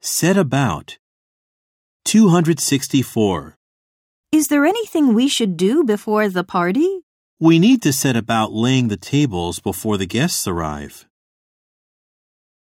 Set about. 264. Is there anything we should do before the party? We need to set about laying the tables before the guests arrive.